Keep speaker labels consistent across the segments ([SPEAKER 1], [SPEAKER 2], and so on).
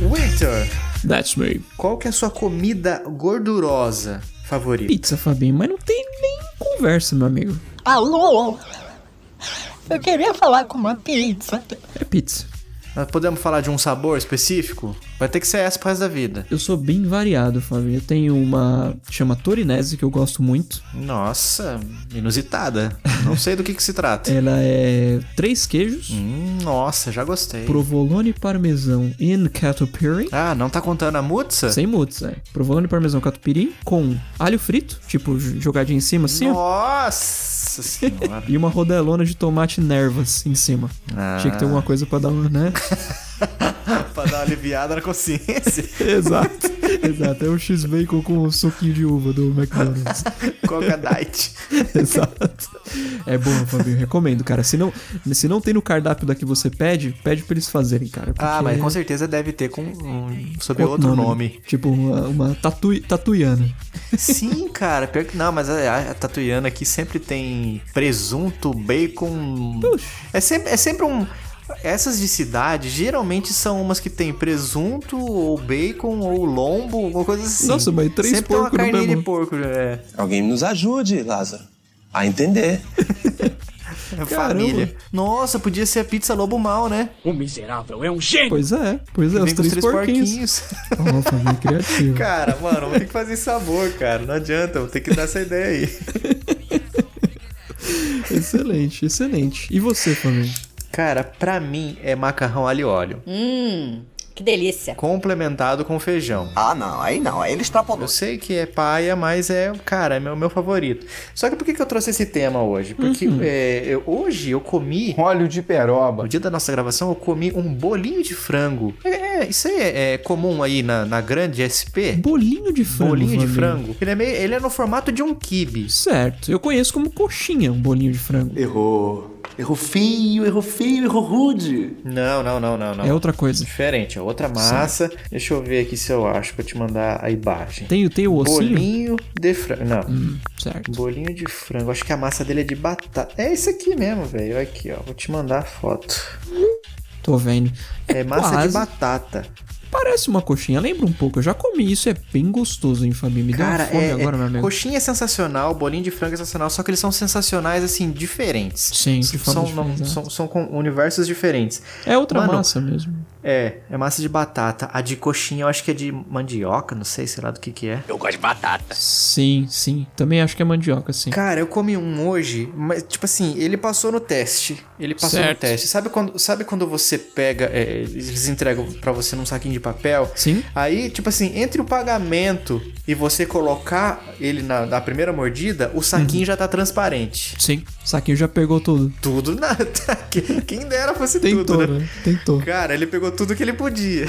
[SPEAKER 1] Victor,
[SPEAKER 2] That's me.
[SPEAKER 1] qual que é a sua comida gordurosa favorita?
[SPEAKER 2] Pizza, Fabinho, mas não tem nem conversa, meu amigo.
[SPEAKER 3] Alô? Eu queria falar com uma pizza.
[SPEAKER 2] É pizza.
[SPEAKER 1] Nós podemos falar de um sabor específico? Vai ter que ser essa pro resto da vida.
[SPEAKER 2] Eu sou bem variado, Fabinho. Eu tenho uma que chama Torinese, que eu gosto muito.
[SPEAKER 1] Nossa, inusitada. Não sei do que, que se trata.
[SPEAKER 2] Ela é três queijos,
[SPEAKER 1] Hum, nossa, já gostei.
[SPEAKER 2] provolone parmesão e catupiry.
[SPEAKER 1] Ah, não tá contando a mutsa?
[SPEAKER 2] Sem mudos, é. Provolone parmesão catupiry com alho frito, tipo j- jogadinho em cima assim, ó.
[SPEAKER 1] Nossa senhora.
[SPEAKER 2] E uma rodelona de tomate nervas em cima.
[SPEAKER 1] Ah.
[SPEAKER 2] Tinha que ter alguma coisa pra dar uma, né?
[SPEAKER 1] pra dar uma aliviada na consciência.
[SPEAKER 2] Exato. Exato. É um X-Bacon com o suquinho de uva do McDonald's.
[SPEAKER 1] Coca Diet.
[SPEAKER 2] Exato. É bom, Fabinho. Recomendo, cara. Se não, se não tem no cardápio da que você pede, pede pra eles fazerem, cara.
[SPEAKER 1] Ah,
[SPEAKER 2] porque
[SPEAKER 1] mas
[SPEAKER 2] é
[SPEAKER 1] com certeza deve ter com um, sob
[SPEAKER 2] outro
[SPEAKER 1] outro nome.
[SPEAKER 2] Tipo uma, uma tatui, tatuiana.
[SPEAKER 1] Sim, cara. Pior que não, mas a, a Tatuiana aqui sempre tem presunto, bacon. É sempre, é sempre um. Essas de cidade geralmente são umas que tem presunto, ou bacon, ou lombo, alguma coisa assim.
[SPEAKER 2] Nossa, mas três
[SPEAKER 1] Sempre tem uma
[SPEAKER 2] porco no
[SPEAKER 1] carninha
[SPEAKER 2] mesmo-
[SPEAKER 1] de porco, é.
[SPEAKER 4] Alguém nos ajude, Lázaro, a entender.
[SPEAKER 1] É Família. Nossa, podia ser a pizza lobo mal, né?
[SPEAKER 5] O miserável é um gênio.
[SPEAKER 2] Pois é. Pois é, os
[SPEAKER 1] Vem com os
[SPEAKER 2] três,
[SPEAKER 1] três
[SPEAKER 2] porquinhos.
[SPEAKER 1] porquinhos.
[SPEAKER 2] Ó, Fabinho, criativo.
[SPEAKER 1] Cara, mano, vou ter que fazer sabor, cara. Não adianta, vou ter que dar essa ideia aí.
[SPEAKER 2] Excelente, excelente. E você, Fabinho?
[SPEAKER 1] Cara, pra mim é macarrão alho e óleo,
[SPEAKER 6] Hum, que delícia.
[SPEAKER 1] complementado com feijão.
[SPEAKER 7] Ah, não, aí não, aí ele extrapolou.
[SPEAKER 1] Eu sei que é paia, mas é, cara, é meu, meu favorito. Só que por que, que eu trouxe esse tema hoje? Porque
[SPEAKER 2] Uhum.
[SPEAKER 1] é, eu- hoje eu comi.
[SPEAKER 8] Óleo de peroba.
[SPEAKER 1] No dia da nossa gravação, eu comi um bolinho de frango. É, é, isso aí é, é comum aí na, na grande SP?
[SPEAKER 2] Bolinho de frango.
[SPEAKER 1] bolinho de
[SPEAKER 2] Fabinho.
[SPEAKER 1] frango. Ele é, meio- ele é no formato de um quibe.
[SPEAKER 2] Certo. Eu conheço como coxinha um bolinho de frango.
[SPEAKER 7] Errou. Errou feio, errou feio, errou rude.
[SPEAKER 1] Não, não, não, não, não.
[SPEAKER 2] É outra coisa.
[SPEAKER 1] Diferente, é outra massa. Deixa eu ver aqui se eu acho pra te mandar a imagem.
[SPEAKER 2] Tem, o- tem o ossinho?
[SPEAKER 1] Bolinho de frango. Não.
[SPEAKER 2] Hum, certo.
[SPEAKER 1] Bolinho de frango. Acho que a massa dele é de batata. É isso aqui mesmo, velho. Aqui, ó. Vou te mandar a foto.
[SPEAKER 2] Tô vendo.
[SPEAKER 1] É, massa de
[SPEAKER 2] quase-
[SPEAKER 1] batata.
[SPEAKER 2] Parece uma coxinha, lembra um pouco. Eu já comi isso, é bem gostoso, hein, Fabinho? Me
[SPEAKER 1] Cara,
[SPEAKER 2] deu uma fome
[SPEAKER 1] é,
[SPEAKER 2] agora,
[SPEAKER 1] é-
[SPEAKER 2] meu amigo.
[SPEAKER 1] coxinha é sensacional, bolinho de frango é sensacional, só que eles são sensacionais, assim, diferentes.
[SPEAKER 2] Sim, de forma
[SPEAKER 1] são,
[SPEAKER 2] diferente, né?
[SPEAKER 1] não-
[SPEAKER 2] exato.
[SPEAKER 1] são, são com universos diferentes.
[SPEAKER 2] É outra
[SPEAKER 1] Mano,
[SPEAKER 2] massa mesmo.
[SPEAKER 1] É, é massa de batata. A de coxinha eu acho que é de mandioca, não sei, sei lá do que que é.
[SPEAKER 2] Sim, sim. Também acho que é mandioca, sim.
[SPEAKER 1] Cara, eu comi um hoje, mas tipo assim, ele passou no teste. Ele passou no
[SPEAKER 2] Certo.
[SPEAKER 1] teste. Sabe quando, sabe quando você pega, é, eles entregam pra você num saquinho de papel?
[SPEAKER 2] Sim.
[SPEAKER 1] Aí, tipo assim, entre o pagamento e você colocar ele na, na primeira mordida, o saquinho já tá transparente.
[SPEAKER 2] Sim. Saquinho já pegou tudo.
[SPEAKER 1] Tudo na. tá Quem dera fosse
[SPEAKER 2] Tentou,
[SPEAKER 1] tudo, né?
[SPEAKER 2] né? Tentou.
[SPEAKER 1] Cara, ele pegou tudo que ele podia.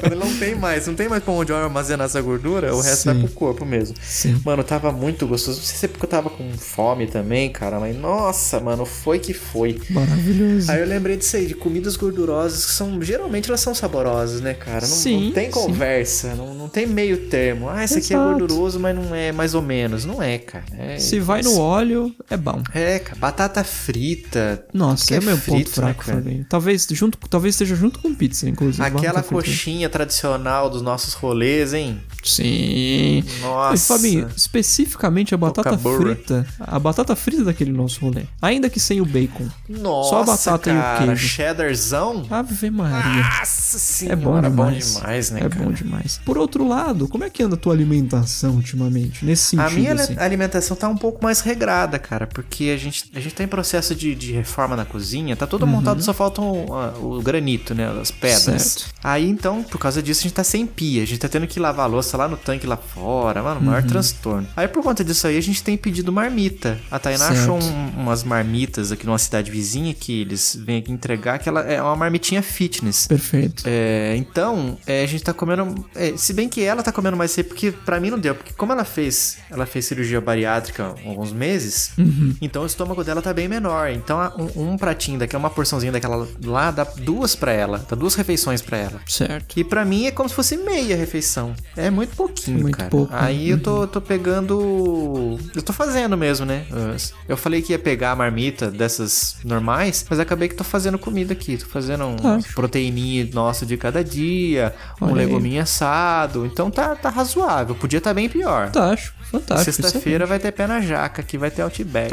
[SPEAKER 1] Quando não tem mais, não tem mais pra onde armazenar essa gordura, o resto vai
[SPEAKER 2] Sim.
[SPEAKER 1] pro corpo mesmo.
[SPEAKER 2] Sim.
[SPEAKER 1] Mano, tava muito gostoso. Não sei se é porque eu tava com fome também, cara, mas nossa, mano, foi que foi.
[SPEAKER 2] Maravilhoso.
[SPEAKER 1] Aí eu lembrei disso aí, de comidas gordurosas que são. Geralmente elas são saborosas, né, cara? Não, não
[SPEAKER 2] Sim,
[SPEAKER 1] tem
[SPEAKER 2] sim.
[SPEAKER 1] conversa, não, não tem meio termo. Ah, esse aqui é
[SPEAKER 2] Exato.
[SPEAKER 1] gorduroso, mas não é mais ou menos. Não é, cara. É,
[SPEAKER 2] Se vai no óleo, é bom.
[SPEAKER 1] É, cara, batata frita.
[SPEAKER 2] Nossa,
[SPEAKER 1] que
[SPEAKER 2] é meu ponto
[SPEAKER 1] frito, né,
[SPEAKER 2] fraco,
[SPEAKER 1] cara?
[SPEAKER 2] Fabinho. Talvez, junto, talvez esteja junto com pizza, inclusive.
[SPEAKER 1] Aquela
[SPEAKER 2] Barra frita.
[SPEAKER 1] coxinha tradicional dos nossos rolês, hein?
[SPEAKER 2] Sim.
[SPEAKER 1] Nossa.
[SPEAKER 2] E Fabinho, especificamente a batata
[SPEAKER 1] Bocabura.
[SPEAKER 2] frita. A batata frita daquele nosso rolê. Ainda que sem o bacon.
[SPEAKER 1] Nossa,
[SPEAKER 2] só a batata e o
[SPEAKER 1] cara,
[SPEAKER 2] queijo.
[SPEAKER 1] cheddarzão.
[SPEAKER 2] Ave Maria.
[SPEAKER 1] Nossa senhora,
[SPEAKER 2] É bom demais.
[SPEAKER 1] demais, né,
[SPEAKER 2] É
[SPEAKER 1] cara?
[SPEAKER 2] bom demais. Por outro lado, como é que anda a tua alimentação ultimamente? Nesse sentido,
[SPEAKER 1] A minha
[SPEAKER 2] assim.
[SPEAKER 1] alimentação tá um pouco mais regrada, cara, porque a gente, a gente tá em processo de, de reforma na cozinha, tá
[SPEAKER 2] Uhum.
[SPEAKER 1] tudo montado, só faltam ah, o granito, né, as pedras.
[SPEAKER 2] Certo.
[SPEAKER 1] Aí então, por causa disso, a gente tá sem pia, a gente tá tendo que lavar a louça lá no tanque lá fora, mano,
[SPEAKER 2] Uhum.
[SPEAKER 1] maior transtorno. Aí por conta disso aí, a gente tem pedido marmita. A Tainá
[SPEAKER 2] Certo.
[SPEAKER 1] achou um- umas marmitas aqui numa cidade vizinha que eles vêm aqui entregar, que ela é uma marmitinha fitness.
[SPEAKER 2] Perfeito.
[SPEAKER 1] É, então, é, a gente tá comendo. é, se bem que ela tá comendo mais cedo, porque pra mim não deu. Porque como ela fez. Ela fez cirurgia bariátrica há alguns meses, então o estômago dela tá bem menor. Então a- um, um pratinho daquela, uma porçãozinha daquela lá, dá duas pra ela. Dá duas refeições pra ela.
[SPEAKER 2] Certo.
[SPEAKER 1] E pra mim é como se fosse meia refeição. É muito pouquinho,
[SPEAKER 2] Muito
[SPEAKER 1] cara.
[SPEAKER 2] pouco, né?
[SPEAKER 1] Aí eu tô, tô pegando. Eu tô fazendo mesmo, né? As- Eu falei que ia pegar a marmita dessas normais, mas acabei que tô fazendo comida aqui. Tô fazendo um
[SPEAKER 2] Tá.
[SPEAKER 1] proteininha nossa de cada dia, um
[SPEAKER 2] Olha aí.
[SPEAKER 1] leguminho assado. Então tá, tá razoável. Podia estar bem pior.
[SPEAKER 2] Fantástico, fantástico. isso é
[SPEAKER 1] Sexta-feira vai ter pé na jaca, aqui vai ter Outback.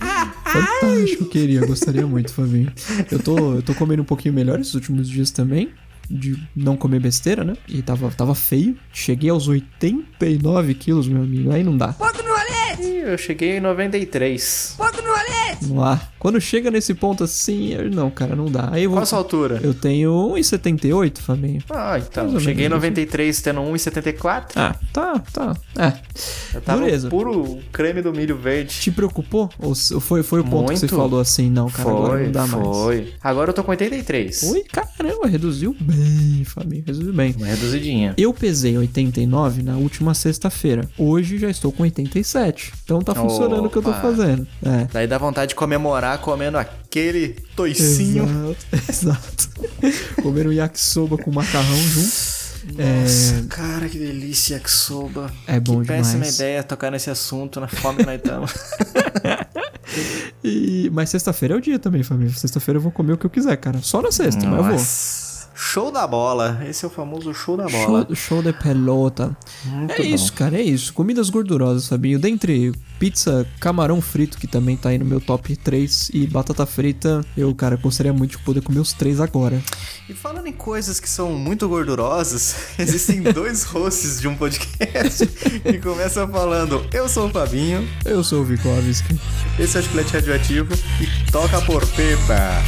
[SPEAKER 2] Fantástico, queria, gostaria muito, Fabinho. Eu tô, eu tô comendo um pouquinho melhor esses últimos dias também, de não comer besteira, né? E tava, tava feio. Cheguei aos 89 quilos, meu amigo, aí não dá.
[SPEAKER 1] Ih, Eu cheguei em 93.
[SPEAKER 2] Não dá. Quando chega nesse ponto assim, eu- não, cara, não dá. Aí eu vou...
[SPEAKER 1] Qual a sua altura?
[SPEAKER 2] Eu tenho 1,78, Fabinho.
[SPEAKER 1] Ah, então.
[SPEAKER 2] Mais ou
[SPEAKER 1] Cheguei em
[SPEAKER 2] menos,
[SPEAKER 1] 93 tendo 1,74.
[SPEAKER 2] Ah, tá, tá. É.
[SPEAKER 1] Eu tava
[SPEAKER 2] Dureza.
[SPEAKER 1] puro creme do milho verde.
[SPEAKER 2] Te preocupou? Ou se- foi, foi o ponto que você
[SPEAKER 1] Muito.
[SPEAKER 2] falou assim, não, cara, agora não dá mais?
[SPEAKER 1] foi. Agora eu tô com 83.
[SPEAKER 2] Ui, caramba, reduziu bem, Fabinho, reduziu bem.
[SPEAKER 1] Uma reduzidinha.
[SPEAKER 2] Eu pesei 89 na última sexta-feira. Hoje já estou com 87. Então tá funcionando o que eu tô
[SPEAKER 1] Opa.
[SPEAKER 2] fazendo. É.
[SPEAKER 1] Daí dá vontade de comemorar comendo aquele toicinho.
[SPEAKER 2] Exato. exato. Comer um yakisoba com macarrão junto.
[SPEAKER 1] Nossa, cara, que delícia que soba.
[SPEAKER 2] É bom
[SPEAKER 1] que péssima
[SPEAKER 2] demais.
[SPEAKER 1] ideia tocar nesse assunto na fome na itama.
[SPEAKER 2] E... Mas sexta-feira é o dia também, família. Sexta-feira eu vou comer o que eu quiser, cara. Só na sexta, mas
[SPEAKER 1] é
[SPEAKER 2] eu vou.
[SPEAKER 1] Nossa. Show da bola. Esse é o famoso show da bola.
[SPEAKER 2] Show, show de pelota. é isso, cara, é isso. Comidas gordurosas, Fabinho. Dentre pizza, camarão frito, que também tá aí no meu top 3, e batata frita, eu, cara, gostaria muito de poder comer os três agora.
[SPEAKER 1] E falando em coisas que são muito gordurosas, existem dois hosts de um podcast que começam falando: Eu sou o Fabinho,
[SPEAKER 2] Eu sou o Vikovski.
[SPEAKER 1] esse é o Chiclete Radioativo e toca a porpeta.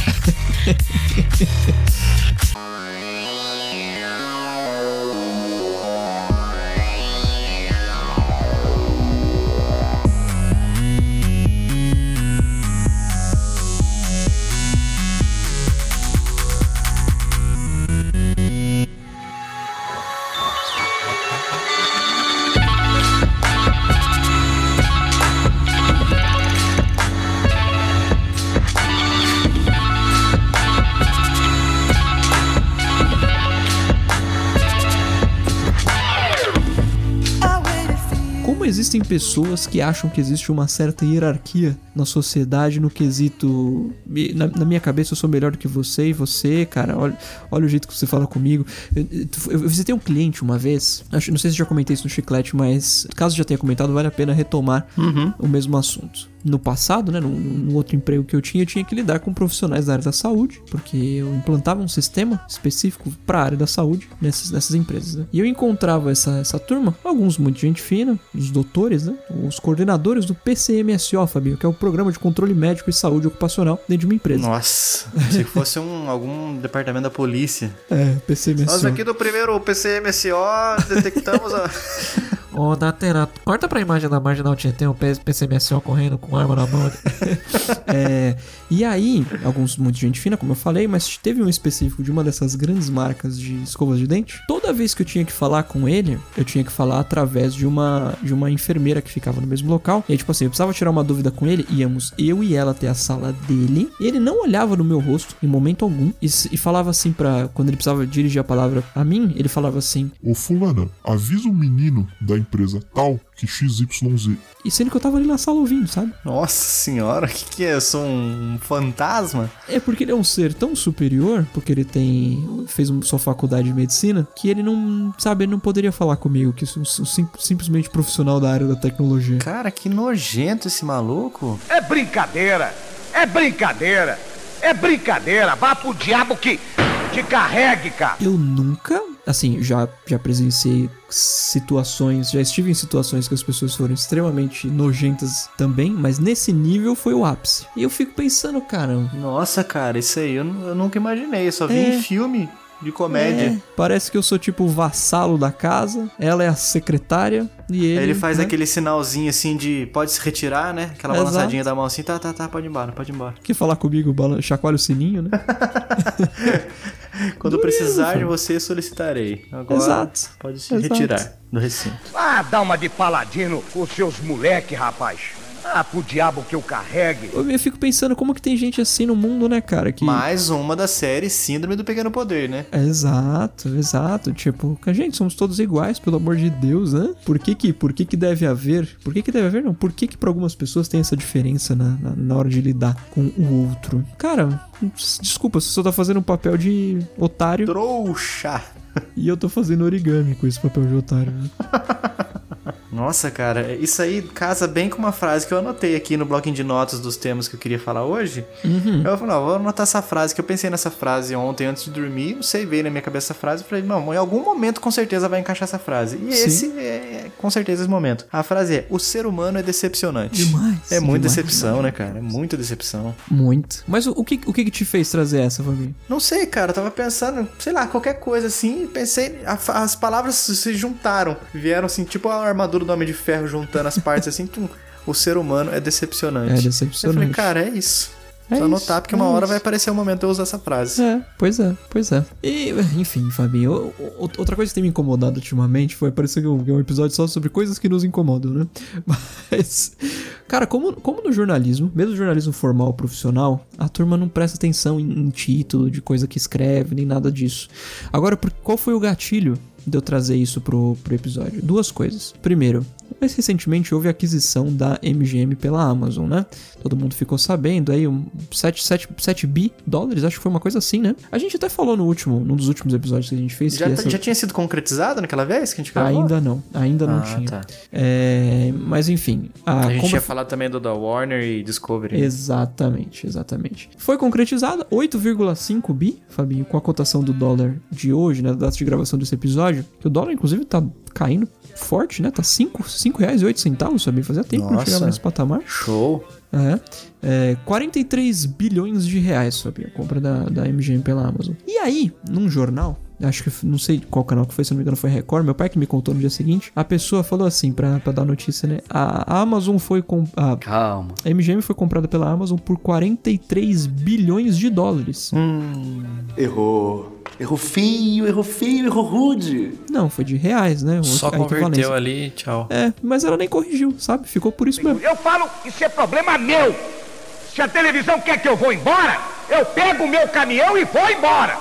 [SPEAKER 2] Como existem pessoas que acham que existe uma certa hierarquia na sociedade no quesito. me- Na, na minha cabeça eu sou melhor do que você e você, cara, olha, olha o jeito que você fala comigo. Eu, eu- eu visitei um cliente uma vez, acho- não sei se eu já comentei isso no chiclete, mas caso já tenha comentado, vale a pena retomar o mesmo assunto. No passado, né, no, outro emprego que eu tinha, eu tinha que lidar com profissionais da área da saúde, porque eu implantava um sistema específico para a área da saúde nessas, nessas empresas. né? E eu encontrava essa, essa turma, alguns muito gente fina, os doutores, né, os coordenadores do PCMSO, Fabinho, que é o Programa de Controle Médico e Saúde Ocupacional dentro de uma empresa.
[SPEAKER 1] Nossa, se fosse um, algum departamento da polícia.
[SPEAKER 2] É, PCMSO.
[SPEAKER 1] Nós aqui do primeiro PCMSO detectamos a.
[SPEAKER 8] Ô, Datena, corta pra imagem da Marginal Tietê, um PCMSO correndo com arma na mão.
[SPEAKER 2] É, e aí, alguns muito gente fina, como eu falei, mas teve um específico de uma dessas grandes marcas de escovas de dente. Toda vez que eu tinha que falar com ele, eu tinha que falar através de uma de uma enfermeira que ficava no mesmo local. E aí, tipo assim, eu precisava tirar uma dúvida com ele, íamos eu e ela até a sala dele. Ele não olhava no meu rosto em momento algum e, s- e falava assim pra quando ele precisava dirigir a palavra a mim, ele falava assim:
[SPEAKER 9] Ô fulano, avisa o menino da empresa tal que XYZ
[SPEAKER 2] e sendo que eu tava ali na sala ouvindo, sabe?
[SPEAKER 1] Nossa senhora, o que, que é? Eu sou um fantasma?
[SPEAKER 2] É porque ele é um ser tão superior, porque ele tem fez um- sua faculdade de medicina, que ele não, sabe, ele não poderia falar comigo, que sou sou sim- simplesmente profissional da área da tecnologia.
[SPEAKER 1] Cara, que nojento esse maluco.
[SPEAKER 10] É brincadeira, é brincadeira, é brincadeira. Vá pro diabo que te carregue, cara.
[SPEAKER 2] Eu nunca, assim, já já presenciei situações, já estive em situações que as pessoas foram extremamente nojentas também, mas nesse nível foi o ápice. E eu fico pensando, caramba,
[SPEAKER 1] Nossa, cara, isso aí eu, nu- eu nunca imaginei. Só vi
[SPEAKER 2] É.
[SPEAKER 1] em filme de comédia.
[SPEAKER 2] parece que eu sou tipo o vassalo da casa, ela é a secretária e ele
[SPEAKER 1] Aí Ele faz
[SPEAKER 2] né?
[SPEAKER 1] aquele sinalzinho assim de pode se retirar, né? Aquela
[SPEAKER 2] Exato.
[SPEAKER 1] balançadinha da mão assim, tá, tá, tá, pode ir embora, pode ir embora.
[SPEAKER 2] Quer falar comigo, balan- chacoalha o sininho, né?
[SPEAKER 1] Quando precisar de você, solicitarei. Agora
[SPEAKER 2] Exato.
[SPEAKER 1] pode se
[SPEAKER 2] Exato.
[SPEAKER 1] retirar do recinto.
[SPEAKER 10] Ah, dá uma de paladino com seus moleque, rapaz. Ah, pro diabo que eu carregue.
[SPEAKER 2] Eu, eu fico pensando como que tem gente assim no mundo, né, cara? Que...
[SPEAKER 1] Mais uma da série Síndrome do Pequeno Poder, né?
[SPEAKER 2] Exato, exato. Tipo, que, gente, somos todos iguais, pelo amor de Deus, né? Por que que, por que, que deve haver? Por que que deve haver? Não, por que que pra algumas pessoas tem essa diferença na, na, na hora de lidar com o outro? Cara, desculpa, você só tá fazendo um papel de otário
[SPEAKER 1] Trouxa!
[SPEAKER 2] e eu tô fazendo origami com esse papel de otário. né?
[SPEAKER 1] Nossa, cara, isso aí casa bem com uma frase que eu anotei aqui no bloquinho de notas dos temas que eu queria falar hoje.
[SPEAKER 2] Uhum.
[SPEAKER 1] Eu falei, não, vou anotar essa frase, que eu pensei nessa frase ontem antes de dormir, não sei, veio na minha cabeça essa frase, falei, não, em algum momento com certeza vai encaixar essa frase. E
[SPEAKER 2] Sim.
[SPEAKER 1] esse é, é, com certeza esse momento. A frase é, o ser humano é decepcionante.
[SPEAKER 2] Demais,
[SPEAKER 1] É muita
[SPEAKER 2] demais.
[SPEAKER 1] decepção, né, cara? É muita decepção.
[SPEAKER 2] Muito. Mas o, o que, o que que te fez trazer essa, família?
[SPEAKER 1] Não sei, cara, eu tava pensando, sei lá, qualquer coisa assim, e pensei, a- as palavras se juntaram, vieram assim, tipo a armadura do Homem de Ferro juntando as partes assim, tum, o ser humano é decepcionante.
[SPEAKER 2] É
[SPEAKER 1] Eu falei,
[SPEAKER 2] decepcionante.
[SPEAKER 1] cara, é isso. Só
[SPEAKER 2] É isso,
[SPEAKER 1] anotar, porque uma
[SPEAKER 2] é
[SPEAKER 1] hora
[SPEAKER 2] isso.
[SPEAKER 1] vai aparecer o momento de eu usar essa frase.
[SPEAKER 2] É, pois é, pois é. E, enfim, Fabinho, o- o- outra coisa que tem me incomodado ultimamente foi parecer que é um que é um episódio só sobre coisas que nos incomodam, né? Mas, cara, como, como no jornalismo, mesmo no jornalismo formal profissional, a turma não presta atenção em, em título de coisa que escreve, nem nada disso. Agora, por- qual foi o gatilho de eu trazer isso pro, pro episódio? Duas coisas. Primeiro, mais recentemente houve a aquisição da MGM pela Amazon, né? Todo mundo ficou sabendo aí, um 7, 7, 7 bi dólares, acho que foi uma coisa assim, né? A gente até falou no último, num dos últimos episódios que a gente fez.
[SPEAKER 1] Já,
[SPEAKER 2] que
[SPEAKER 1] tá-
[SPEAKER 2] essa- Ah,
[SPEAKER 1] já tinha sido concretizado naquela vez que a gente gravou?
[SPEAKER 2] Ainda não, ainda não
[SPEAKER 1] Ah,
[SPEAKER 2] tinha. Ah,
[SPEAKER 1] tá.
[SPEAKER 2] É, mas enfim, a,
[SPEAKER 1] A gente
[SPEAKER 2] compra
[SPEAKER 1] ia falar também do da Warner e Discovery.
[SPEAKER 2] Exatamente, exatamente. Foi concretizada 8,5 bi, Fabinho, com a cotação do dólar de hoje, né, da data de gravação desse episódio, que o dólar inclusive tá caindo forte, né? Tá 5 reais e 8 centavos, Fabinho, fazia tempo que não
[SPEAKER 1] Nossa.
[SPEAKER 2] chegava nesse patamar.
[SPEAKER 1] Show.
[SPEAKER 2] É, é, 43 bilhões de reais, Fabinho, a compra da, da MGM pela Amazon. E aí, num jornal, acho que f- não sei qual canal que foi, se não me engano foi Record, meu pai que me contou no dia seguinte, a pessoa falou assim, pra, pra dar notícia, né? A, a Amazon foi... Com, a-
[SPEAKER 7] Calma.
[SPEAKER 2] a MGM foi comprada pela Amazon por 43 bilhões de dólares.
[SPEAKER 7] Errou. Errou feio, errou feio, errou rude.
[SPEAKER 2] Não, foi de reais, né?
[SPEAKER 11] Só
[SPEAKER 2] A equivalência.
[SPEAKER 11] converteu ali, tchau.
[SPEAKER 2] É, mas ela nem corrigiu, sabe? Ficou por isso mesmo.
[SPEAKER 10] Eu falo, isso é problema meu. Se a televisão quer que eu vou embora, eu pego o meu caminhão e vou embora.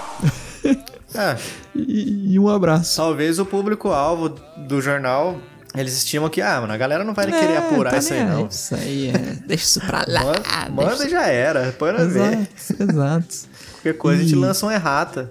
[SPEAKER 1] É,
[SPEAKER 2] E, e um abraço.
[SPEAKER 1] talvez o público-alvo do jornal, eles estimam que, ah, mano, a galera não vai querer
[SPEAKER 2] É,
[SPEAKER 1] apurar
[SPEAKER 2] tá
[SPEAKER 1] isso aí,
[SPEAKER 2] nem
[SPEAKER 1] não.
[SPEAKER 2] Isso aí é.
[SPEAKER 8] Deixa isso pra lá.
[SPEAKER 1] Manda, manda e já era, põe na ver.
[SPEAKER 2] Exato, exato.
[SPEAKER 1] Qualquer coisa a gente
[SPEAKER 2] E-
[SPEAKER 1] lança uma errata.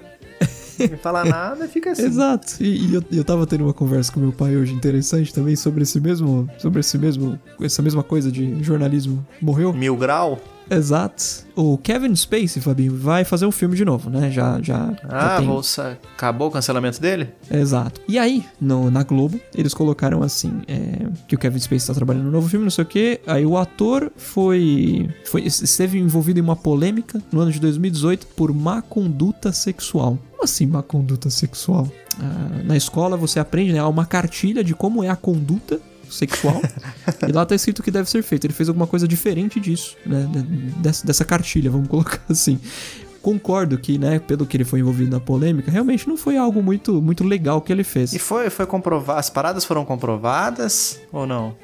[SPEAKER 1] Não fala nada, fica assim.
[SPEAKER 2] Exato. E, e eu, eu tava tendo uma conversa com meu pai hoje interessante também sobre esse mesmo. Sobre esse mesmo. Essa mesma coisa de jornalismo morreu.
[SPEAKER 1] Mil grau?
[SPEAKER 2] Exato. O Kevin Spacey, Fabinho, vai fazer um filme de novo, né? Já, já, já
[SPEAKER 1] Ah,
[SPEAKER 2] tem
[SPEAKER 1] bolsa. Acabou o cancelamento dele?
[SPEAKER 2] Exato. E aí, no- na Globo, eles colocaram assim: é, que o Kevin Spacey tá trabalhando no novo filme, não sei o quê. Aí o ator foi, foi. esteve envolvido em uma polêmica no ano de 2018 por má conduta sexual. Como assim, má conduta sexual? Ah, na escola você aprende, né? há Uma cartilha de como é a conduta sexual. e lá tá escrito o que deve ser feito. Ele fez alguma coisa diferente disso, né? Dessa, dessa cartilha, vamos colocar assim. Concordo que, né, pelo que ele foi envolvido na polêmica, realmente não foi algo muito, muito legal que ele fez.
[SPEAKER 1] E foi, foi comprovar, as paradas foram comprovadas ou não?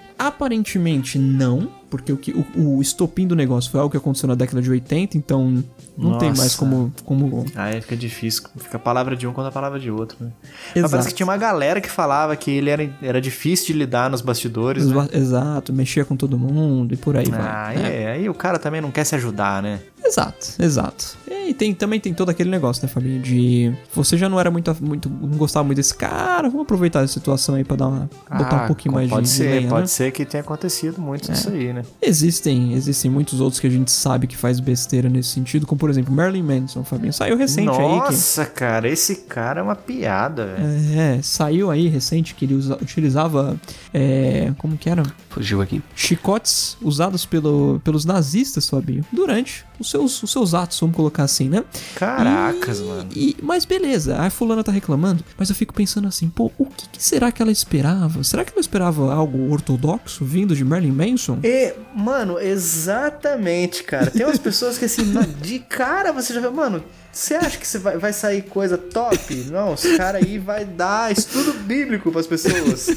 [SPEAKER 2] Aparentemente não, porque o, que, o, o estopim do negócio foi algo que aconteceu na década de 80, então não tem mais
[SPEAKER 1] Nossa.
[SPEAKER 2] como. como...
[SPEAKER 1] Aí fica difícil, fica a palavra de um contra a palavra de outro, né? Mas
[SPEAKER 2] Exato.
[SPEAKER 1] parece que tinha uma galera que falava que ele era, era difícil de lidar nos bastidores, né?
[SPEAKER 2] Exato, mexia com todo mundo e por aí
[SPEAKER 1] Ah,
[SPEAKER 2] vai. né?
[SPEAKER 1] é. Aí o cara também não quer se ajudar, né?
[SPEAKER 2] Exato, exato. E tem, também tem todo aquele negócio, né, Fabinho? De você já não era muito, muito. não gostava muito desse cara, vamos aproveitar essa situação aí pra dar uma, botar um
[SPEAKER 1] Ah,
[SPEAKER 2] pouquinho mais
[SPEAKER 1] pode
[SPEAKER 2] de. de
[SPEAKER 1] ser,
[SPEAKER 2] lenha,
[SPEAKER 1] pode
[SPEAKER 2] né? É.
[SPEAKER 1] ser que tenha acontecido muito disso aí, né?
[SPEAKER 2] Existem, existem muitos outros que a gente sabe que faz besteira nesse sentido, como por exemplo Marilyn Manson, Fabinho. Saiu recente aí que.
[SPEAKER 1] Nossa, cara, esse cara é uma piada, velho.
[SPEAKER 2] É, saiu aí recente que ele usa- utilizava. é, como que era?
[SPEAKER 11] Fugiu aqui.
[SPEAKER 2] Chicotes usados pelo, pelos nazistas, Fabinho, durante os seus, os seus atos, vamos colocar assim, né?
[SPEAKER 1] Caracas,
[SPEAKER 2] E-
[SPEAKER 1] mano.
[SPEAKER 2] e- mas beleza, a fulana tá reclamando, mas eu fico pensando assim, pô, o que, que será que ela esperava? Será que ela esperava algo ortodoxo vindo de Marilyn Manson?
[SPEAKER 1] E, mano, exatamente, cara. Tem umas pessoas que, assim, na- de cara você já vê, mano, você acha que você vai, vai sair coisa top? Não, esse cara aí vai dar estudo bíblico pras pessoas.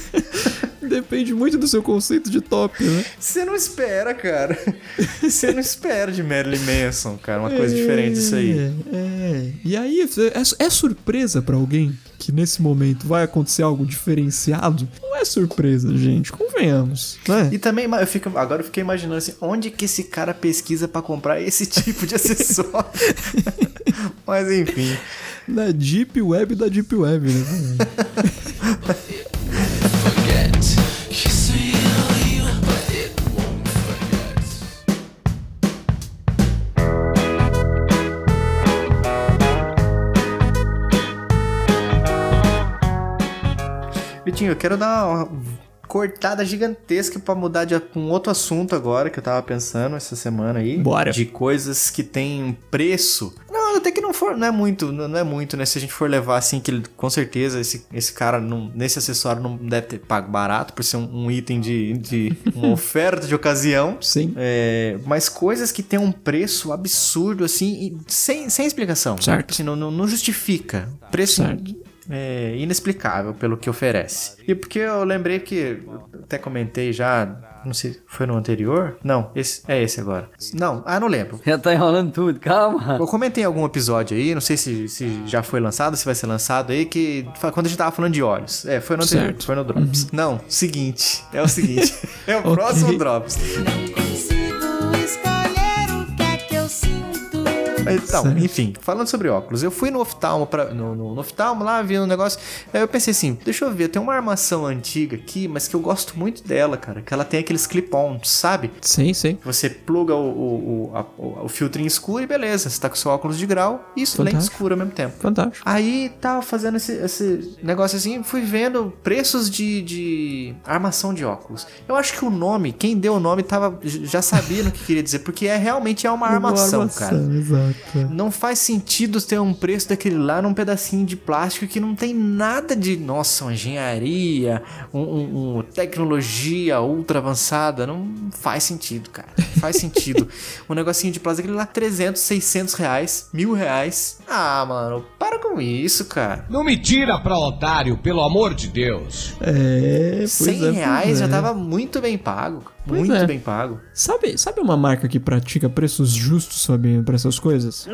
[SPEAKER 2] É, Depende muito do seu conceito de top, né?
[SPEAKER 1] Você não espera, cara. Você não espera de Marilyn Manson, cara. Uma coisa diferente isso aí.
[SPEAKER 2] É, é. E aí, é, é surpresa pra alguém que nesse momento vai acontecer algo diferenciado? Não é surpresa, gente. Convenhamos, né?
[SPEAKER 1] E também, ma- eu fico, agora eu fiquei imaginando assim, onde que esse cara pesquisa pra comprar esse tipo de acessório? Mas enfim.
[SPEAKER 2] Na Deep Web da Deep Web, né?
[SPEAKER 1] Vitinho, eu quero dar uma cortada gigantesca pra mudar de pra um outro assunto agora que eu tava pensando essa semana aí.
[SPEAKER 2] Bora.
[SPEAKER 1] De coisas que tem um preço. Não, até que não for, não é muito, não não é muito, né? Se a gente for levar assim, que ele- com certeza esse, esse cara, não- nesse acessório, não deve ter pago barato por ser um, um item de, de uma oferta de ocasião.
[SPEAKER 2] Sim.
[SPEAKER 1] É, mas coisas que tem um preço absurdo, assim, e sem, sem explicação.
[SPEAKER 2] Certo.
[SPEAKER 1] Assim, não, não- não justifica. Preço
[SPEAKER 2] Certo.
[SPEAKER 1] é, inexplicável pelo que oferece. E porque eu lembrei que eu até comentei já, não sei, foi no anterior? Não, esse é esse agora. Não, ah, não lembro.
[SPEAKER 11] Já tá enrolando tudo, calma.
[SPEAKER 1] Eu comentei em algum episódio aí, não sei se, se já foi lançado, se vai ser lançado aí, que fa- quando a gente tava falando de olhos. É, foi no anterior,
[SPEAKER 2] Certo.
[SPEAKER 1] foi no Drops.
[SPEAKER 11] Uhum.
[SPEAKER 1] Não, seguinte, é o seguinte, é o
[SPEAKER 2] Ok.
[SPEAKER 1] próximo Drops. Então,
[SPEAKER 2] Certo.
[SPEAKER 1] enfim, falando sobre óculos, eu fui no oftalmo, pra, no, no, no oftalmo lá, vi um negócio, aí eu pensei assim, deixa eu ver, tem uma armação antiga aqui, mas que eu gosto muito dela, cara, que ela tem aqueles clip-ons, sabe?
[SPEAKER 2] Sim, sim.
[SPEAKER 1] Você pluga o, o, o, a- o- o filtrinho escuro e beleza, você tá com seu óculos de grau e isso, lente
[SPEAKER 2] Fantástico.
[SPEAKER 1] escura ao mesmo tempo.
[SPEAKER 2] Fantástico.
[SPEAKER 1] Aí tava fazendo esse, esse negócio assim, fui vendo preços de, de armação de óculos. Eu acho que o nome, quem deu o nome tava, já sabia no que queria dizer, porque é realmente é uma armação, cara.
[SPEAKER 2] Exato.
[SPEAKER 1] Não faz sentido ter um preço daquele lá num pedacinho de plástico que não tem nada de, nossa, uma engenharia, um, um- um- tecnologia ultra avançada. Não faz sentido, cara. Não Faz sentido. um negocinho de plástico, aquele lá, 300, 600 reais, mil reais. Ah, mano, para com isso, cara.
[SPEAKER 10] Não me tira pra otário, pelo amor de Deus.
[SPEAKER 2] É, pois
[SPEAKER 1] 100
[SPEAKER 2] é,
[SPEAKER 1] reais
[SPEAKER 2] pois
[SPEAKER 1] já
[SPEAKER 2] é.
[SPEAKER 1] tava muito bem pago.
[SPEAKER 2] Pois
[SPEAKER 1] muito
[SPEAKER 2] é.
[SPEAKER 1] bem pago.
[SPEAKER 2] Sabe, sabe uma marca que pratica preços justos, Fabinho, pra essas coisas?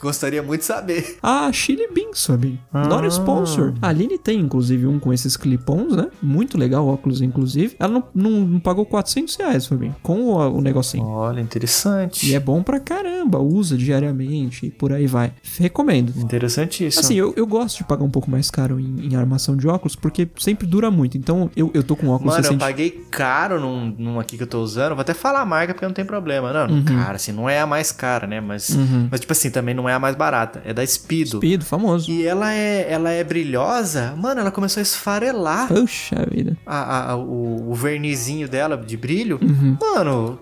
[SPEAKER 1] Gostaria muito de saber.
[SPEAKER 2] Ah, Chili Beans, Fabinho.
[SPEAKER 1] Ah.
[SPEAKER 2] Not a sponsor. A Aline tem, inclusive, um com esses clipons, né? Muito legal, óculos, inclusive. Ela não, não- não pagou 400 reais, Fabinho, com o, o negocinho.
[SPEAKER 1] Olha, interessante.
[SPEAKER 2] E é bom pra caramba, usa diariamente e por aí vai. Recomendo.
[SPEAKER 1] Interessantíssimo.
[SPEAKER 2] Assim, eu, eu gosto de pagar um pouco mais caro em, em armação de óculos, porque sempre dura muito. Então, eu, eu tô com óculos
[SPEAKER 1] Mano, eu
[SPEAKER 2] recente.
[SPEAKER 1] paguei caro num, num aqui que eu tô usando. Vou até falar a marca porque não tem problema. Não, cara, assim, não é a mais cara, né? Mas, mas, tipo assim, também não é a mais barata. É da Speedo.
[SPEAKER 2] Pido, famoso.
[SPEAKER 1] E ela é, ela é brilhosa. Mano, ela começou a esfarelar
[SPEAKER 2] Poxa vida.
[SPEAKER 1] a- a- a- o, o vernizinho dela de brilho. Mano,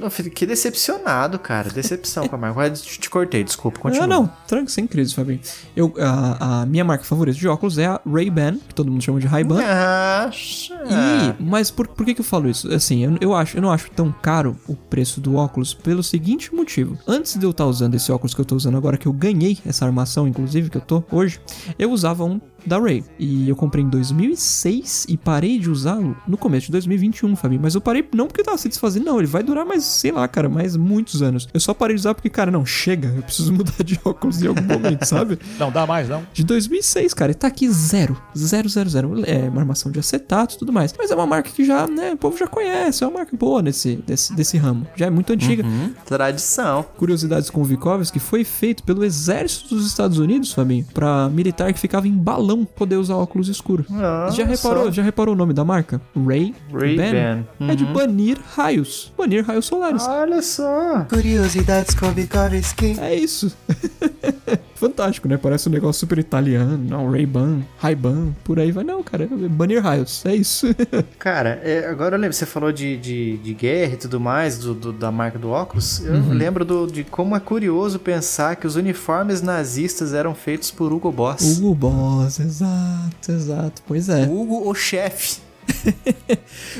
[SPEAKER 1] eu fiquei decepcionado, cara. Decepção com a marca. Mas Te, te cortei, desculpa. Continua.
[SPEAKER 2] Ah, Não, não, tranquilo, sem crise, Fabinho. Eu, a, a minha marca favorita de óculos é a Ray-Ban, que todo mundo chama de Ray-Ban.
[SPEAKER 1] Ah,
[SPEAKER 2] E, mas por, por que, que eu falo isso? Assim, eu, eu acho, eu não acho tão caro o preço do óculos pelo seguinte motivo. Antes de eu estar usando esse óculos que eu tô usando agora, que eu ganhei essa armação, inclusive, que eu tô hoje, eu usava um da Ray. E eu comprei em 2006 e parei de usá-lo no começo de 2021, Fabinho. um, Mas eu parei não porque eu tava se desfazendo, não. Ele vai durar mais, sei lá, cara, mais muitos anos. Eu só parei de usar porque, cara, não, chega. Eu preciso mudar de óculos em algum momento, sabe?
[SPEAKER 8] Não dá mais, não.
[SPEAKER 2] De 2006, cara. E tá aqui zero. Zero, zero, zero. É uma armação de acetato e tudo mais. Mas é uma marca que já, né, o povo já conhece. É uma marca boa nesse, desse, desse ramo. Já é muito antiga.
[SPEAKER 1] Tradição.
[SPEAKER 2] Curiosidades com Vikovski foi feito pelo exército dos Estados Unidos, Fabinho, pra militar que ficava em balão poder usar óculos escuros.
[SPEAKER 1] Nossa.
[SPEAKER 2] Já reparou, já reparou o nome da marca? Ray,
[SPEAKER 1] Ray-Ban.
[SPEAKER 2] É de banir raios. Banir raios solares.
[SPEAKER 1] Olha só.
[SPEAKER 7] Curiosidades com Vikovski.
[SPEAKER 2] É isso. Fantástico, né? Parece um negócio super italiano. Não, Ray-Ban, Ray-Ban, por aí vai. Não, cara, banir raios. É isso.
[SPEAKER 1] Cara, é, agora eu lembro, você falou de, de, de guerra e tudo mais, do, do- da marca do óculos. Eu
[SPEAKER 2] Uhum.
[SPEAKER 1] lembro do- de como é curioso pensar que os uniformes nazistas eram feitos por Hugo Boss.
[SPEAKER 2] Hugo Boss, exato, exato. Pois é.
[SPEAKER 1] Hugo, o chefe.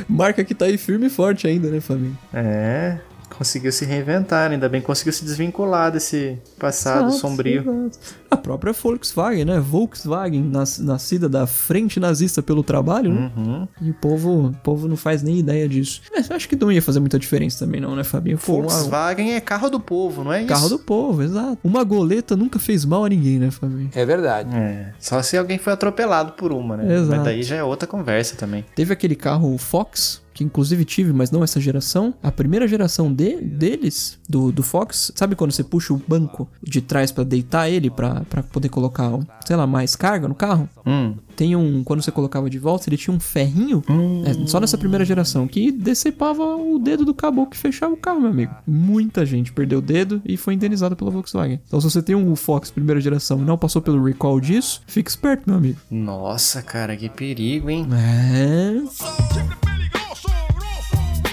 [SPEAKER 2] Marca que tá aí firme e forte ainda, né, Fabinho?
[SPEAKER 1] É. Conseguiu se reinventar, ainda bem que conseguiu se desvincular desse passado
[SPEAKER 2] Exato,
[SPEAKER 1] sombrio.
[SPEAKER 2] exato. A própria Volkswagen, né? Volkswagen, nas- nascida da frente nazista pelo trabalho, né?
[SPEAKER 1] Uhum.
[SPEAKER 2] E o povo, o povo não faz nem ideia disso. Mas eu acho que não ia fazer muita diferença também, não, né, Fabinho? Pô, uma-
[SPEAKER 1] Volkswagen é carro do povo, não é isso?
[SPEAKER 2] Carro do povo, exato. Uma goleta nunca fez mal a ninguém, né, Fabinho?
[SPEAKER 11] É verdade.
[SPEAKER 1] É, só se alguém foi atropelado por uma, né?
[SPEAKER 2] Exato.
[SPEAKER 1] Mas daí já é outra conversa também.
[SPEAKER 2] Teve aquele carro Fox, que inclusive tive, mas não essa geração. A primeira geração de, deles, do, do Fox, sabe quando você puxa o banco de trás pra deitar ele, pra pra poder colocar, sei lá, mais carga no carro?
[SPEAKER 1] Hum.
[SPEAKER 2] Tem um. Quando você colocava de volta, ele tinha um ferrinho, é, só nessa primeira geração, que decepava o dedo do caboclo que fechava o carro, meu amigo. Muita gente perdeu o dedo e foi indenizada pela Volkswagen. Então, se você tem um Fox primeira geração e não passou pelo recall disso, fica esperto, meu amigo.
[SPEAKER 1] Nossa, cara, que perigo, hein?
[SPEAKER 2] É.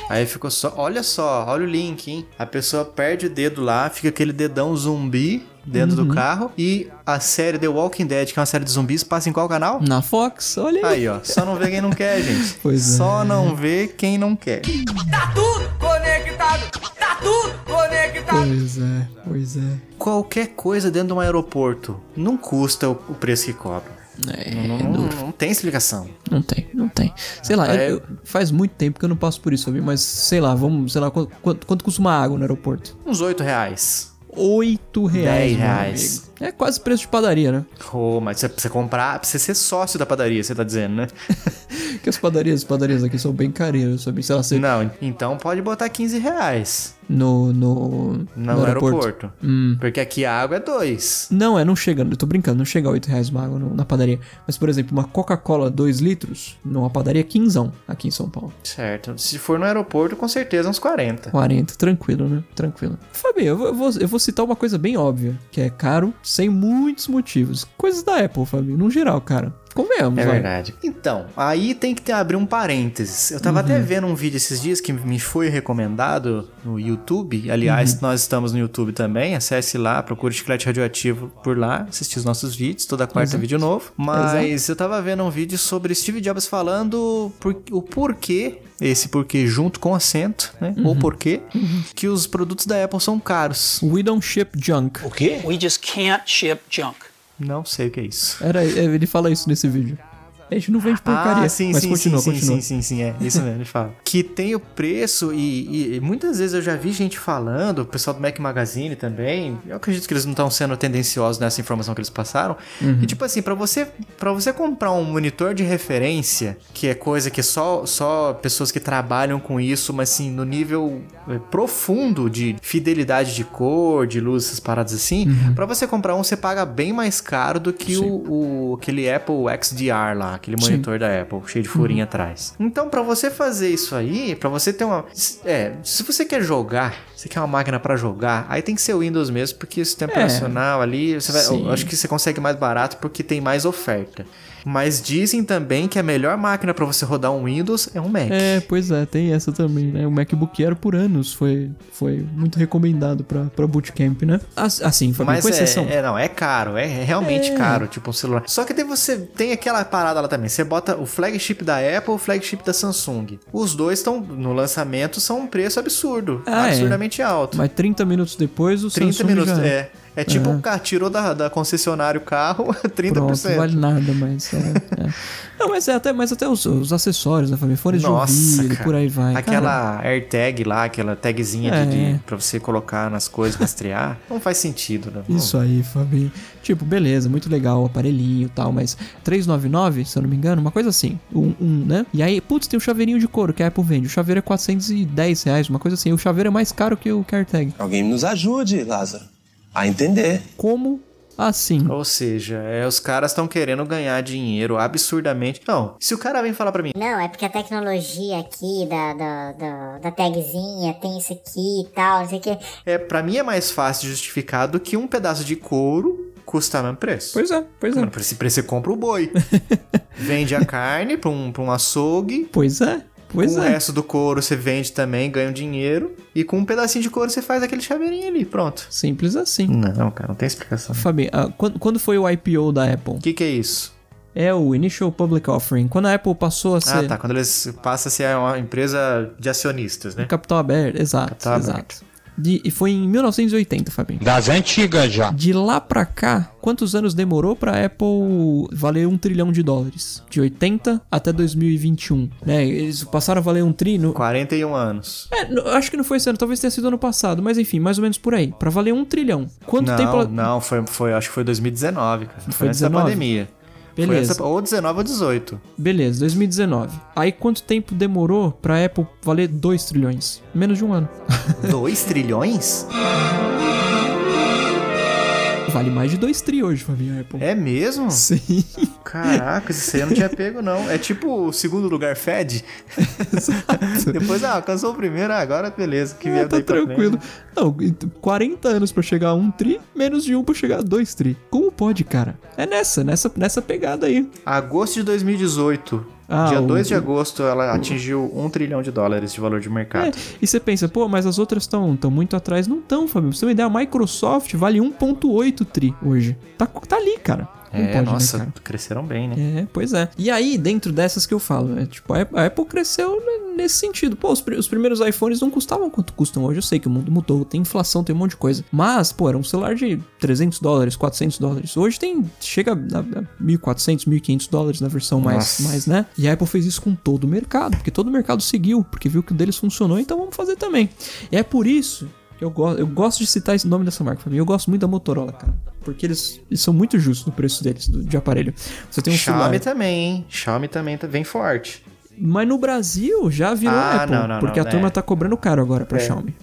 [SPEAKER 1] Aí ficou só. Olha só, olha o link, hein? A pessoa perde o dedo lá, fica aquele dedão zumbi dentro
[SPEAKER 2] Uhum.
[SPEAKER 1] do carro. E a série The Walking Dead, que é uma série de zumbis, passa em qual canal?
[SPEAKER 2] Na Fox, olha aí.
[SPEAKER 1] Aí, ó. Só não vê quem não quer, gente.
[SPEAKER 2] Pois é.
[SPEAKER 1] só não vê quem não quer.
[SPEAKER 2] Pois é, pois é.
[SPEAKER 1] Qualquer coisa dentro de um aeroporto não custa o o preço que cobra.
[SPEAKER 2] É,
[SPEAKER 1] Não, não- não tem explicação.
[SPEAKER 2] Não tem, não tem. Sei lá, eu-
[SPEAKER 1] É.
[SPEAKER 2] eu- faz muito tempo que eu não passo por isso, Fabinho, mas sei lá, vamos, sei lá, quanto, quanto, quanto custa uma água no aeroporto?
[SPEAKER 1] Uns 8 reais.
[SPEAKER 2] Oito reais,
[SPEAKER 1] Dez
[SPEAKER 2] meu
[SPEAKER 1] reais.
[SPEAKER 2] amigo. É quase preço de padaria, né?
[SPEAKER 1] Oh, mas você precisa comprar, precisa ser sócio da padaria, você tá dizendo, né?
[SPEAKER 2] Porque as padarias, as padarias aqui são bem carinhas, sabe? Sei lá, você,
[SPEAKER 1] Não, então pode botar 15 reais
[SPEAKER 2] no, no,
[SPEAKER 1] no, aeroporto. Porque aqui a água é 2.
[SPEAKER 2] Não, é, não chega, eu tô brincando, não chega a 8 reais uma água no- na padaria. Mas, por exemplo, uma Coca-Cola 2 litros numa padaria é quinzão aqui em São Paulo.
[SPEAKER 1] Certo. Se for no aeroporto, com certeza uns 40.
[SPEAKER 2] 40, tranquilo, né? Tranquilo. Fabinho, eu vou, eu vou- eu vou citar uma coisa bem óbvia, que é caro, sem muitos motivos. Coisas da Apple, Fabinho, no geral, cara. Convenhamos,
[SPEAKER 1] É
[SPEAKER 2] vai.
[SPEAKER 1] verdade. Então, aí tem que ter, abrir um parênteses. Eu tava até vendo um vídeo esses dias que me foi recomendado no YouTube. Aliás, nós estamos no YouTube também. Acesse lá, procure Chiclete Radioativo por lá, assistir os nossos vídeos. Toda quarta é vídeo novo. Mas eu tava vendo um vídeo sobre Steve Jobs falando por- o porquê, esse porquê junto com acento, né? Ou porquê, que os produtos da Apple são caros.
[SPEAKER 2] We don't ship junk.
[SPEAKER 5] We just can't ship junk.
[SPEAKER 1] Não sei o que é isso.
[SPEAKER 2] Era, é, ele fala isso nesse vídeo. A gente não vende porcaria.
[SPEAKER 1] Ah, sim,
[SPEAKER 2] mas
[SPEAKER 1] sim,
[SPEAKER 2] continua,
[SPEAKER 1] sim,
[SPEAKER 2] continua.
[SPEAKER 1] sim, sim, sim, é isso mesmo, ele fala. Que tem o preço e, e- e muitas vezes eu já vi gente falando, o pessoal do Mac Magazine também, eu acredito que eles não estão sendo tendenciosos nessa informação que eles passaram, que tipo assim, pra você para você comprar um monitor de referência, que é coisa que só, só pessoas que trabalham com isso, mas assim, no nível eh, profundo de fidelidade de cor, de luz, essas paradas assim,
[SPEAKER 2] Uhum.
[SPEAKER 1] pra você comprar um, você paga bem mais caro do que o, o- aquele Apple XDR lá, aquele
[SPEAKER 2] Sim. Uhum.
[SPEAKER 1] monitor monitor da Apple, cheio de furinha atrás. Então, pra você fazer isso aí, pra você ter uma. se- É, se você quer jogar, você quer uma máquina pra jogar, aí tem que ser o Windows mesmo, porque esse tempo
[SPEAKER 2] É.
[SPEAKER 1] operacional ali, você vai-
[SPEAKER 2] Sim.
[SPEAKER 1] eu acho que você consegue mais barato porque tem mais oferta. Mas dizem também que a melhor máquina pra você rodar um Windows é um Mac.
[SPEAKER 2] É, pois é, tem essa também, né? O MacBook Air por anos foi, foi muito recomendado pra, pra bootcamp, né? As- Assim, Fabinho,
[SPEAKER 1] Mas
[SPEAKER 2] com exceção.
[SPEAKER 1] é, é, não, é caro, é, é realmente caro, tipo um celular. Só que daí você tem aquela parada lá também. Você bota o flagship da Apple, o flagship da Samsung. Os dois estão no lançamento são um preço absurdo,
[SPEAKER 2] Ah, é.
[SPEAKER 1] absurdamente alto.
[SPEAKER 2] Mas 30 minutos depois o
[SPEAKER 1] 30
[SPEAKER 2] Samsung
[SPEAKER 1] minutos,
[SPEAKER 2] já...
[SPEAKER 1] é. É tipo, o cara tirou da, da concessionária o carro, 30%.
[SPEAKER 2] Pronto, não vale nada mais. é, é. Não, mas é até, mas até os, os acessórios, né, Fabinho? Fones de
[SPEAKER 1] Nossa,
[SPEAKER 2] ouvido,
[SPEAKER 1] cara.
[SPEAKER 2] por aí vai. Cara,
[SPEAKER 1] Aquela AirTag lá, aquela tagzinha de-
[SPEAKER 2] É.
[SPEAKER 1] de, pra você colocar nas coisas, rastrear, não faz sentido, né? Não.
[SPEAKER 2] Isso aí, Fabinho. Tipo, beleza, muito legal o aparelhinho e tal, mas 399, se eu não me engano, uma coisa assim. Um, um, né? E aí, putz, tem o chaveirinho de couro que a Apple vende. O chaveiro é 410 reais, uma coisa assim. O chaveiro é mais caro que o CareTag.
[SPEAKER 4] Alguém nos ajude, Lázaro, a entender.
[SPEAKER 2] Como assim?
[SPEAKER 1] Ou seja, é, os caras estão querendo ganhar dinheiro absurdamente. Não, se o cara vem falar pra mim,
[SPEAKER 3] Não, é porque a tecnologia aqui da, da, da, da tagzinha tem isso aqui e tal, não sei o que.
[SPEAKER 1] é, pra mim é mais fácil justificar do que um pedaço de couro custar o mesmo preço.
[SPEAKER 2] Pois é, pois é.
[SPEAKER 1] Mano, pra esse preço você compra o boi. Vende a carne pra um, pra um açougue.
[SPEAKER 2] Pois é, pois
[SPEAKER 1] com o
[SPEAKER 2] é.
[SPEAKER 1] resto do couro você vende também, ganha um dinheiro. E com um pedacinho de couro você faz aquele chaveirinho ali, pronto.
[SPEAKER 2] Simples assim.
[SPEAKER 1] Não, cara, não tem explicação.
[SPEAKER 2] Fabinho, ah, quando, quando foi o IPO da Apple?
[SPEAKER 1] O que, que é isso?
[SPEAKER 2] é o Initial Public Offering. Quando a Apple passou a ser
[SPEAKER 1] Ah, tá. Quando eles passam a ser uma empresa de acionistas, né?
[SPEAKER 2] capital aberto, exato,
[SPEAKER 1] Capital
[SPEAKER 2] exato.
[SPEAKER 1] aberto.
[SPEAKER 2] De- e foi em 1980, Fabinho.
[SPEAKER 11] Das antigas já.
[SPEAKER 2] De lá pra cá, quantos anos demorou pra Apple valer um trilhão de dólares? De 80 até 2021, né? Eles passaram a valer um tri no,
[SPEAKER 1] 41 anos.
[SPEAKER 2] É, n- acho que não foi esse ano, talvez tenha sido ano passado, mas enfim, mais ou menos por aí. Pra valer um trilhão. Quanto
[SPEAKER 1] não,
[SPEAKER 2] tempo ela...
[SPEAKER 1] não, foi, foi, acho que foi 2019, cara. Foi, antes
[SPEAKER 2] 19?
[SPEAKER 1] da pandemia. Foi
[SPEAKER 2] Beleza.
[SPEAKER 1] antes da- ou 19 ou 18.
[SPEAKER 2] Beleza, 2019. Aí quanto tempo demorou pra Apple valer 2 trilhões? Menos de um ano.
[SPEAKER 1] 2 trilhões?
[SPEAKER 2] Vale mais de 2 tri hoje, Fabinho, a Apple.
[SPEAKER 1] É mesmo?
[SPEAKER 2] Sim,
[SPEAKER 1] Caraca, isso aí eu não tinha pego, não. É tipo o segundo lugar Fed. Depois, ah, alcançou o primeiro, ah, agora beleza. Que vier
[SPEAKER 2] tá
[SPEAKER 1] daí pra frente,
[SPEAKER 2] tranquilo.
[SPEAKER 1] né?
[SPEAKER 2] Não, e t- 40 anos pra chegar a um tri, menos de um pra chegar a dois tri. Como pode, cara? É nessa, nessa, nessa pegada aí.
[SPEAKER 1] Agosto de 2018.
[SPEAKER 2] Ah,
[SPEAKER 1] dia
[SPEAKER 2] o-
[SPEAKER 1] 2 de agosto, ela atingiu 1 trilhão de dólares de valor de mercado.
[SPEAKER 2] É, e você pensa, pô, mas as outras estão tão muito atrás. Não estão, Fabinho. Pra você ter uma ideia, a Microsoft vale 1.8 tri hoje. Tá, tá ali, cara. Não
[SPEAKER 1] É,
[SPEAKER 2] pode, né,
[SPEAKER 1] nossa,
[SPEAKER 2] cara?
[SPEAKER 1] cresceram bem, né?
[SPEAKER 2] É, pois é. E aí, dentro dessas que eu falo, né? Tipo, a Apple- a Apple cresceu ne- nesse sentido. Pô, os, pri- os primeiros iPhones não custavam quanto custam hoje. Eu sei que o mundo mudou, tem inflação, tem um monte de coisa. Mas, pô, era um celular de 300 dólares, 400 dólares. Hoje tem, chega a, a 1.400, 1.500 dólares na versão mais,
[SPEAKER 1] Nossa.
[SPEAKER 2] mais, né? E a Apple fez isso com todo o mercado, porque todo o mercado seguiu, porque viu que o deles funcionou, então vamos fazer também. E é por isso que eu, go eu gosto de citar esse nome dessa marca, Fabinho. Eu gosto muito da Motorola, cara. Porque eles, eles são muito justos no preço deles, do- de aparelho. Você tem um
[SPEAKER 1] Xiaomi
[SPEAKER 2] celular.
[SPEAKER 1] também, hein? Xiaomi também tá- vem forte.
[SPEAKER 2] Mas no Brasil já virou
[SPEAKER 1] Ah,
[SPEAKER 2] Apple,
[SPEAKER 1] não, não,
[SPEAKER 2] porque
[SPEAKER 1] não,
[SPEAKER 2] a turma
[SPEAKER 1] é.
[SPEAKER 2] tá cobrando caro agora pra Xiaomi.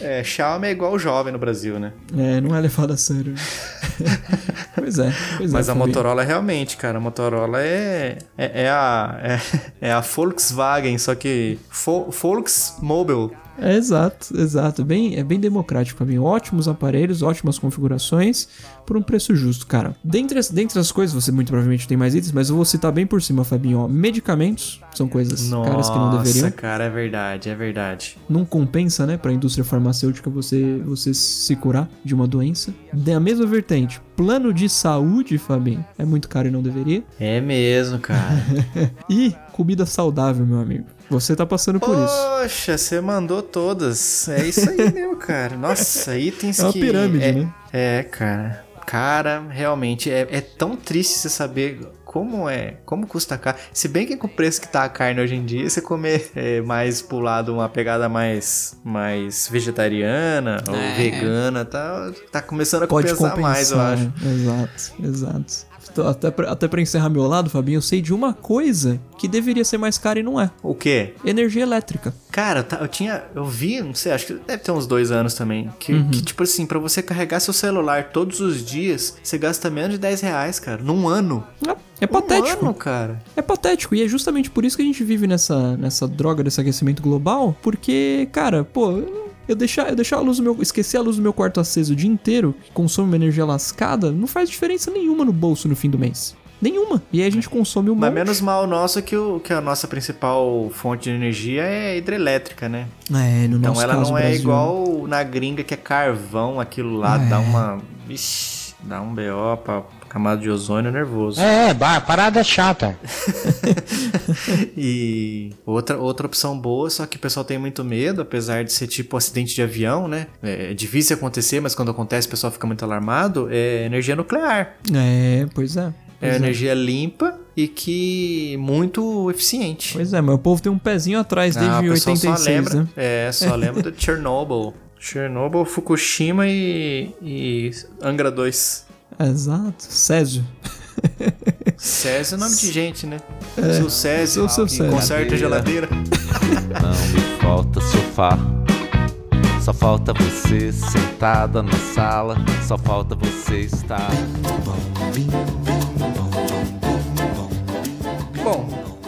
[SPEAKER 1] É, Xiaomi é igual jovem no Brasil, né?
[SPEAKER 2] É, não é levado a sério. pois é, pois é.
[SPEAKER 1] Mas a
[SPEAKER 2] Fabinho.
[SPEAKER 1] Motorola realmente, cara, a Motorola é, é, é a, é, é a Volkswagen, só que Fo, Volksmobile.
[SPEAKER 2] É, exato, exato. Bem, é bem democrático, Fabinho. Ótimos aparelhos, ótimas configurações, por um preço justo, cara. Dentre as, dentre as coisas, você muito provavelmente tem mais itens, mas eu vou citar bem por cima, Fabinho. Ó, medicamentos são coisas caras que não deveriam.
[SPEAKER 1] cara, é verdade, é verdade.
[SPEAKER 2] Não compensa, né, pra indústria farmacêutica você, você se curar de uma doença. Da mesma vertente, plano de saúde, Fabinho, é muito caro e não deveria.
[SPEAKER 1] É mesmo, cara.
[SPEAKER 2] E comida saudável, meu amigo. Você tá passando por isso.
[SPEAKER 1] Poxa, você mandou todas. É isso aí mesmo, cara. Nossa, itens
[SPEAKER 2] É uma
[SPEAKER 1] que...
[SPEAKER 2] pirâmide,
[SPEAKER 1] é,
[SPEAKER 2] né?
[SPEAKER 1] É, cara. Cara, realmente, é, é tão triste você saber como é, como custa a carne. Se bem que com o preço que tá a carne hoje em dia, você comer é, mais pro lado uma pegada mais, mais vegetariana ou vegana, tá, tá começando a
[SPEAKER 2] Pode
[SPEAKER 1] compensar,
[SPEAKER 2] compensar,
[SPEAKER 1] mais, eu acho.
[SPEAKER 2] né? Exato, exato. Então, até pra, até pra encerrar meu lado, Fabinho, eu sei de uma coisa que deveria ser mais cara e não é.
[SPEAKER 1] O quê?
[SPEAKER 2] Energia elétrica.
[SPEAKER 1] Cara, tá- eu tinha. Eu vi, não sei, acho que deve ter uns dois anos também. Que,
[SPEAKER 2] Uhum.
[SPEAKER 1] que, tipo assim, pra você carregar seu celular todos os dias, você gasta menos de 10 reais, cara. Num ano.
[SPEAKER 2] Ah, É patético.
[SPEAKER 1] Um ano, cara.
[SPEAKER 2] É patético, e é justamente por isso que a gente vive nessa, nessa droga desse aquecimento global, porque, cara, pô, eu deixar, eu deixar a luz do meu. esquecer a luz do meu quarto acesa o dia inteiro, que consome uma energia lascada, não faz diferença nenhuma no bolso no fim do mês. Nenhuma. E aí a gente consome um
[SPEAKER 1] Mas
[SPEAKER 2] monte.
[SPEAKER 1] menos mal nosso que, o, que a nossa principal fonte de energia é hidrelétrica, né?
[SPEAKER 2] É, no
[SPEAKER 1] Então
[SPEAKER 2] nosso
[SPEAKER 1] ela
[SPEAKER 2] caso,
[SPEAKER 1] não é
[SPEAKER 2] Brasil.
[SPEAKER 1] igual na gringa que é carvão, aquilo lá
[SPEAKER 2] É.
[SPEAKER 1] dá uma. Ixi, dá um BO pra camada de ozônio nervoso.
[SPEAKER 11] É, é, ba- parada chata.
[SPEAKER 1] E outra, outra opção boa, só que o pessoal tem muito medo, apesar de ser tipo acidente de avião, né? É difícil acontecer, mas quando acontece o pessoal fica muito alarmado. É energia nuclear.
[SPEAKER 2] É, pois é.
[SPEAKER 1] É
[SPEAKER 2] Pois é.
[SPEAKER 1] energia limpa e que muito eficiente.
[SPEAKER 2] Pois é, mas o povo tem um pezinho atrás
[SPEAKER 1] Ah,
[SPEAKER 2] desde
[SPEAKER 1] o pessoal
[SPEAKER 2] 86,
[SPEAKER 1] só lembra,
[SPEAKER 2] né?
[SPEAKER 1] É, só lembra de Chernobyl. Chernobyl, Fukushima e, e Angra 2.
[SPEAKER 2] Exato. Césio.
[SPEAKER 1] Césio é nome de gente, né? seu Césio,
[SPEAKER 2] sou É, seu
[SPEAKER 1] que
[SPEAKER 2] Césio.
[SPEAKER 1] conserta a geladeira.
[SPEAKER 12] Não me falta sofá. Só falta você sentada na sala. Só falta você estar.
[SPEAKER 1] Bom,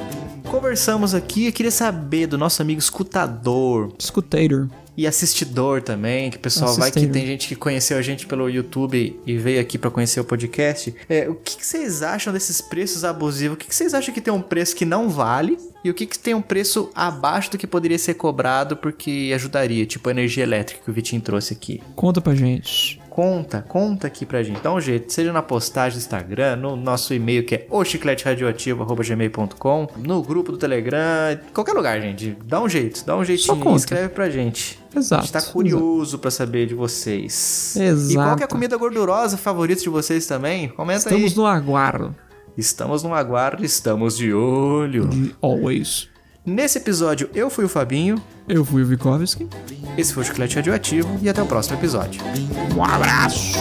[SPEAKER 1] conversamos aqui. Eu queria saber do nosso amigo escutador
[SPEAKER 2] Scutator.
[SPEAKER 1] e assistidor também, que o pessoal vai que
[SPEAKER 2] Assistidor.
[SPEAKER 1] tem gente que conheceu a gente pelo YouTube e veio aqui pra conhecer o podcast. É, o que, que vocês acham desses preços abusivos? O que, que vocês acham que tem um preço que não vale e o que, que tem um preço abaixo do que poderia ser cobrado porque ajudaria, tipo a energia elétrica que o Vitinho trouxe aqui?
[SPEAKER 2] Conta pra gente.
[SPEAKER 1] Conta, conta aqui pra gente. Dá um jeito, seja na postagem do Instagram, no nosso e-mail que é ochicleteradioativo.gmail.com, no grupo do Telegram, em qualquer lugar, gente. Dá um jeito, dá um jeitinho.
[SPEAKER 2] conta.
[SPEAKER 1] Escreve pra gente.
[SPEAKER 2] Exato,
[SPEAKER 1] A gente tá curioso pra saber de vocês. E qual que
[SPEAKER 2] Exato.
[SPEAKER 1] é a comida gordurosa favorita de vocês também? Comenta aí.
[SPEAKER 2] Estamos no aguardo.
[SPEAKER 1] Estamos no aguardo, estamos de olho.
[SPEAKER 2] always.
[SPEAKER 1] Nesse episódio, eu fui o Fabinho.
[SPEAKER 2] Eu fui o Vikovski.
[SPEAKER 1] Esse foi o Chiclete Radioativo e até o próximo episódio.
[SPEAKER 2] Um abraço!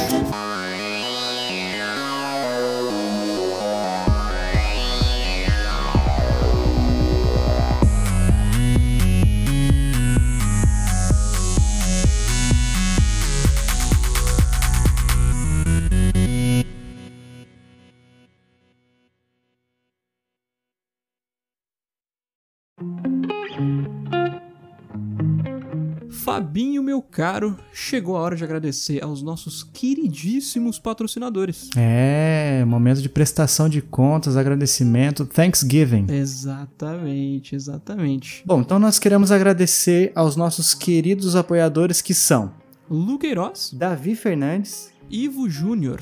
[SPEAKER 2] Fabinho, meu caro, chegou a hora de agradecer aos nossos queridíssimos patrocinadores.
[SPEAKER 13] É, momento de prestação de contas, agradecimento, Thanksgiving.
[SPEAKER 2] Exatamente, exatamente.
[SPEAKER 13] Bom, então nós queremos agradecer aos nossos queridos apoiadores que são
[SPEAKER 2] Luqueiroz,
[SPEAKER 13] Davi Fernandes,
[SPEAKER 2] Ivo Júnior,